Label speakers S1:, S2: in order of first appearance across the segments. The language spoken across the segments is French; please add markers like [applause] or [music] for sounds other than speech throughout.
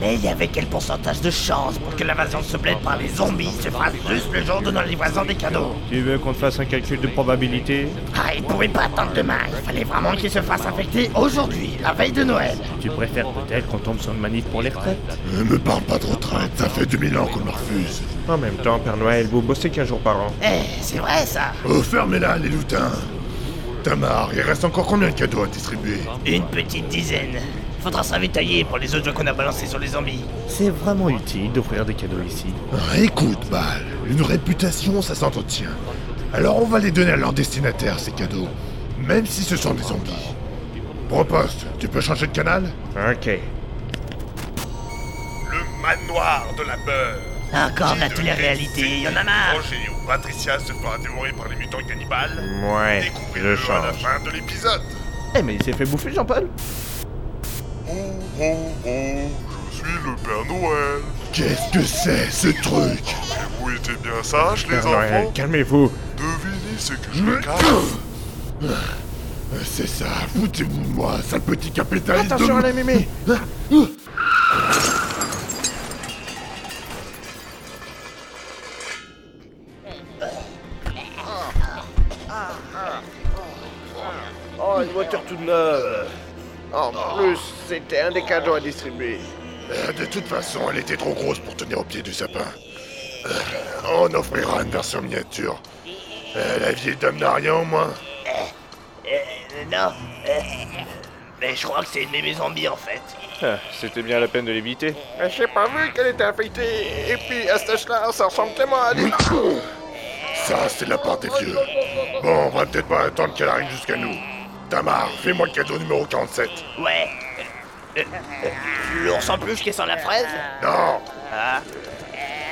S1: Mais il y avait quel pourcentage de chance pour que l'invasion de ce bled par les zombies se fasse juste le jour de nos livraison des cadeaux
S2: Tu veux qu'on te fasse un calcul de probabilité
S1: Ah, ils pouvaient pas attendre demain. Il fallait vraiment qu'ils se fassent infecter aujourd'hui, la veille de Noël.
S2: Tu préfères peut-être qu'on tombe sur une manif pour les retraites
S3: Ne me parle pas de retraite, ça fait 2000 ans qu'on me refuse.
S2: En même temps, Père Noël, vous bossez qu'un jour par an.
S1: Eh, c'est vrai ça
S3: Oh, fermez-la, les lutins Tamar, il reste encore combien de cadeaux à distribuer
S1: Une petite dizaine. Faudra se ravitailler pour les autres qu'on a balancés sur les zombies.
S2: C'est vraiment utile d'offrir des cadeaux ici.
S3: Ah, Écoute, Bal, une réputation, ça s'entretient. Alors on va les donner à leur destinataire, ces cadeaux. Même si ce sont des zombies. Proposte, tu peux changer de canal
S2: Ok.
S4: Le manoir de la peur.
S1: Encore de la
S4: De
S1: télé-réalité,
S4: Christine
S1: y'en a marre
S4: Roger ou Patricia se fera dévorer par les mutants cannibales.
S2: Ouais, je
S4: Découvrez-le à la
S2: change.
S4: fin de l'épisode.
S2: Eh, mais il s'est fait bouffer, Jean-Paul
S4: Oh, oh, oh, je suis le Père Noël.
S3: Qu'est-ce que c'est, ce truc
S4: Et vous étiez bien sages, les
S2: Père Noël,
S4: enfants.
S2: calmez-vous.
S4: Devinez ce que je cache.
S3: Ah, C'est ça, foutez-vous de moi, sale petit Ah, capitaliste
S2: Attention à
S3: de...
S2: la mémé
S5: Oh, une voiture toute neuve. En plus, c'était un des cadeaux à distribuer.
S3: Euh, De toute façon, elle était trop grosse pour tenir au pied du sapin. Euh, On offrira une version miniature. Euh, la vieille dame n'a rien au moins. [coughs]
S1: Euh, non. euh, mais je crois que c'est une bébé zombie en fait.
S2: Ah, C'était bien la peine de l'éviter.
S5: Mais j'ai pas vu qu'elle était infectée. Et puis, à cet âge-là, ça ressemble tellement à des...
S3: Ça, c'est de la part des vieux. Bon, on va peut-être pas attendre qu'elle arrive jusqu'à nous. Tamar, fais-moi le cadeau numéro 47.
S1: Ouais. Euh, euh, L'ours en plus qui est sans la fraise
S3: Non,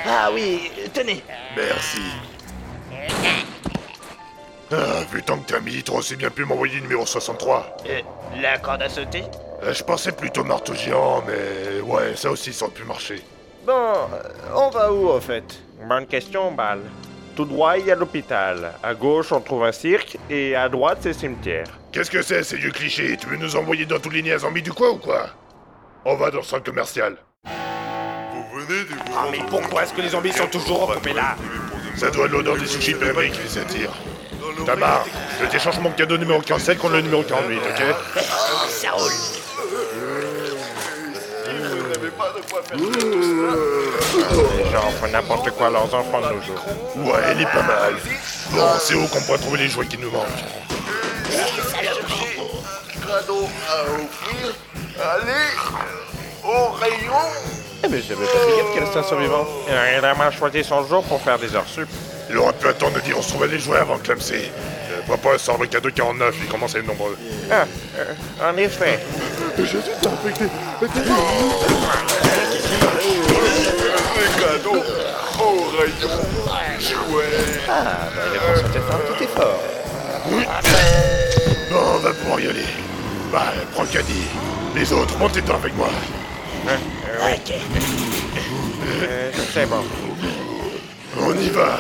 S1: Ah oui, euh, tenez. [laughs]
S3: merci. Ah, vu tant que t'as mis, t'aurais aussi bien pu m'envoyer le numéro 63.
S1: Euh, la corde à sauter
S3: Euh, Je pensais plutôt marteau géant, mais ouais, ça aussi, ça aurait pu marcher.
S5: Bon, euh, on va où, au fait
S2: Bonne question, Bal. Tout droit, il y a l'hôpital. À gauche, on trouve un cirque, et à droite, c'est le cimetière.
S3: Qu'est-ce que c'est, ces vieux clichés Tu veux nous envoyer dans tous les nids à zombies du coin ou quoi On va dans le centre commercial.
S4: Vous venez de vous
S6: Ah, mais pourquoi est-ce que les zombies sont toujours regroupés là
S3: Ça doit être l'odeur des sushis de Amérique qui s'attire. Tamar, je t'échange mon cadeau numéro 47 contre le numéro 48, ok
S1: Oh, ça roule.
S2: Les gens font n'importe quoi à leurs enfants de nos jours.
S3: Ouais, elle est pas mal. Bon, c'est où qu'on pourrait trouver les jouets qui nous manquent
S4: cadeau à offrir. Allez au rayon.
S2: Eh,
S5: ben,
S2: mais j'avais pas fait gaffe qu'elle restait survivante. Elle a vraiment choisi son jour pour faire des heures sup.
S3: Il aurait pu attendre de dire on se trouvait les jouets avant de clamser. Euh, papa sort le cadeau 49, il commence à être nombreux.
S2: Ah, euh, en effet.
S4: Le cadeau au rayon. Jouet.
S3: Bon, on va pouvoir y aller. Bah, prends le caddie. Les autres, montez-toi avec moi.
S1: Ok.
S2: Euh, c'est bon.
S3: On y va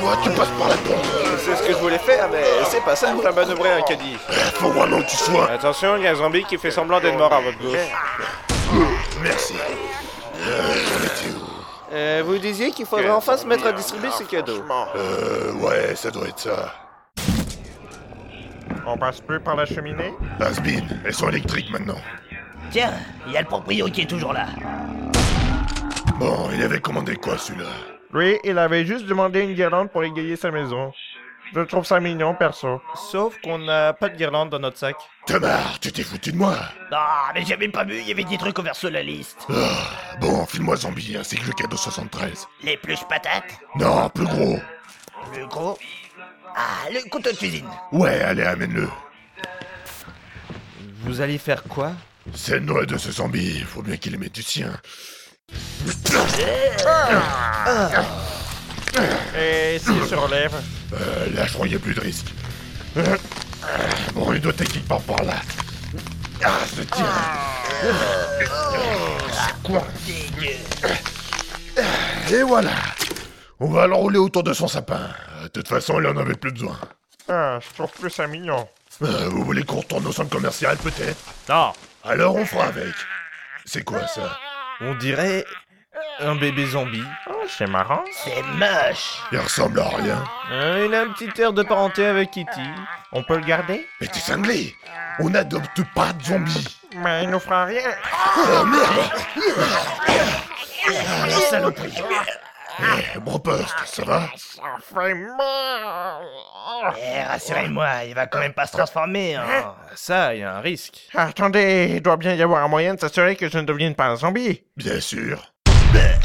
S3: Quoi, tu passes par la porte
S5: C'est ce que je voulais faire, mais c'est pas simple à manœuvrer un caddie.
S3: Faut vraiment que tu sois...
S2: Attention, il y a un zombie qui fait semblant d'être mort à votre gauche.
S6: Oh,
S3: Merci.
S5: Euh, vous disiez qu'il faudrait enfin se mettre à distribuer ces cadeaux.
S3: Euh, ouais, ça doit être ça.
S2: On passe plus par la cheminée
S3: Asbin, Ah, elles sont électriques maintenant.
S1: Tiens, il y a le proprio qui est toujours là.
S3: Bon, il avait commandé quoi celui-là
S2: Lui, il avait juste demandé une guirlande pour égayer sa maison. Je trouve ça mignon, perso.
S7: Sauf qu'on n'a pas de guirlande dans notre sac.
S3: Tamar, tu t'es foutu de moi
S1: Ah, mais j'avais pas vu, il y avait des trucs au verso de la liste.
S3: Ah, Bon, file-moi Zombie, ainsi que le cadeau 73.
S1: Les plus patates
S3: Non, plus gros
S1: Le gros Ah, le couteau de cuisine
S3: Ouais, allez, amène-le.
S7: Vous allez faire quoi
S3: C'est le noix de ce zombie, faut bien qu'il mette du sien.
S2: Et si je relève
S3: Euh, là, je crois qu'il y a plus de risque. Bon, une autre technique part par là. Ah, se tire C'est quoi Et voilà On va l'enrouler autour de son sapin. De toute façon, il en avait plus besoin.
S2: Ah, je trouve plus ça mignon.
S3: Euh, vous voulez qu'on retourne au centre commercial, peut-être
S7: Non
S3: Alors on fera avec. C'est quoi, ça
S7: On dirait un bébé zombie.
S2: Oh, c'est marrant.
S1: C'est moche
S3: Il ressemble à rien.
S2: Hein,
S7: Euh, il a un petit air de parenté avec Kitty.
S2: On peut le garder
S3: Mais t'es cinglé On n'adopte pas de zombies
S2: Mais il nous fera rien.
S1: La saloperie
S3: Ah, Eh, bon poste, ça va
S2: Ça fait mal.
S1: Eh, rassurez-moi, il va quand même pas se transformer, hein
S7: Ah, Ça, il y a un risque.
S2: Attendez, il doit bien y avoir un moyen de s'assurer que je ne devienne pas un zombie.
S3: Bien sûr.
S1: Mais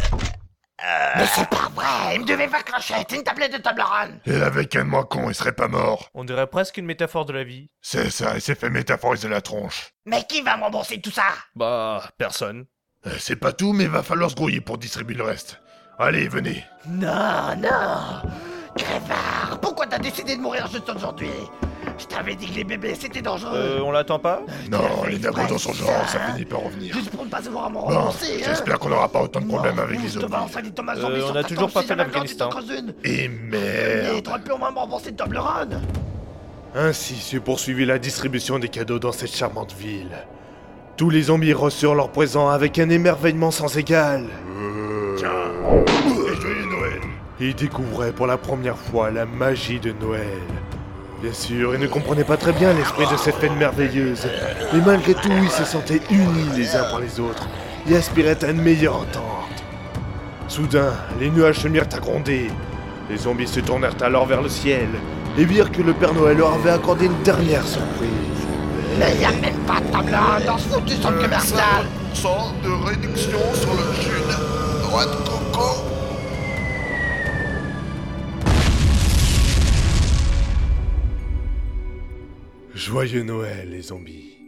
S1: euh, c'est pas vrai, il me devait pas clochette, une tablette de Toblerone
S3: Et avec un de moins con, il serait pas mort.
S7: On dirait presque une métaphore de la vie.
S3: C'est ça, il s'est fait métaphoriser la tronche.
S1: Mais qui va me rembourser tout ça
S7: Bah, personne.
S3: Euh, C'est pas tout, mais va falloir se grouiller pour distribuer le reste. Allez, venez.
S1: Non, non Crevard, pourquoi t'as décidé de mourir juste aujourd'hui Je t'avais dit que les bébés, c'était dangereux
S7: Euh, on l'attend pas
S3: Non,
S1: fait
S3: Euh, oh, les nabos dans son
S1: exprès,
S3: genre, ça
S1: hein
S3: finit par revenir.
S1: Juste pour ne pas avoir à m'en
S3: Bon,
S1: rembourser, hein
S3: j'espère qu'on n'aura pas autant de problèmes
S1: Mort,
S3: avec les
S1: mousse,
S3: zombies.
S1: devant, salut Thomas
S7: Euh,
S1: Zombie
S7: on
S1: sur
S7: a
S1: ta
S7: toujours
S1: tombe,
S7: pas
S1: si
S7: fait
S1: jamais encore tu t'en
S7: l'Afghanistan.
S1: creuses une.
S3: Et
S1: Et
S3: merde.
S1: t'aurais pu au moins me rembourser de Toblerone
S8: Ainsi se poursuivit la distribution des cadeaux dans cette charmante ville. Tous les zombies reçurent leurs présents avec un émerveillement sans égal.
S3: Euh. Et joyeux Noël.
S8: Ils découvraient pour la première fois la magie de Noël. Bien sûr, ils ne comprenaient pas très bien l'esprit de cette fête merveilleuse, mais malgré tout, ils se sentaient unis les uns par les autres et aspiraient à une meilleure entente. Soudain, les nuages se mirent à gronder. Les zombies se tournèrent alors vers le ciel et virent que le Père Noël leur avait accordé une dernière surprise.
S1: Mais y'a même pas de Toblerone dans ce foutu centre commercial
S4: 50% Euh, de réduction sur le jus de noix de coco.
S8: Joyeux Noël, les zombies.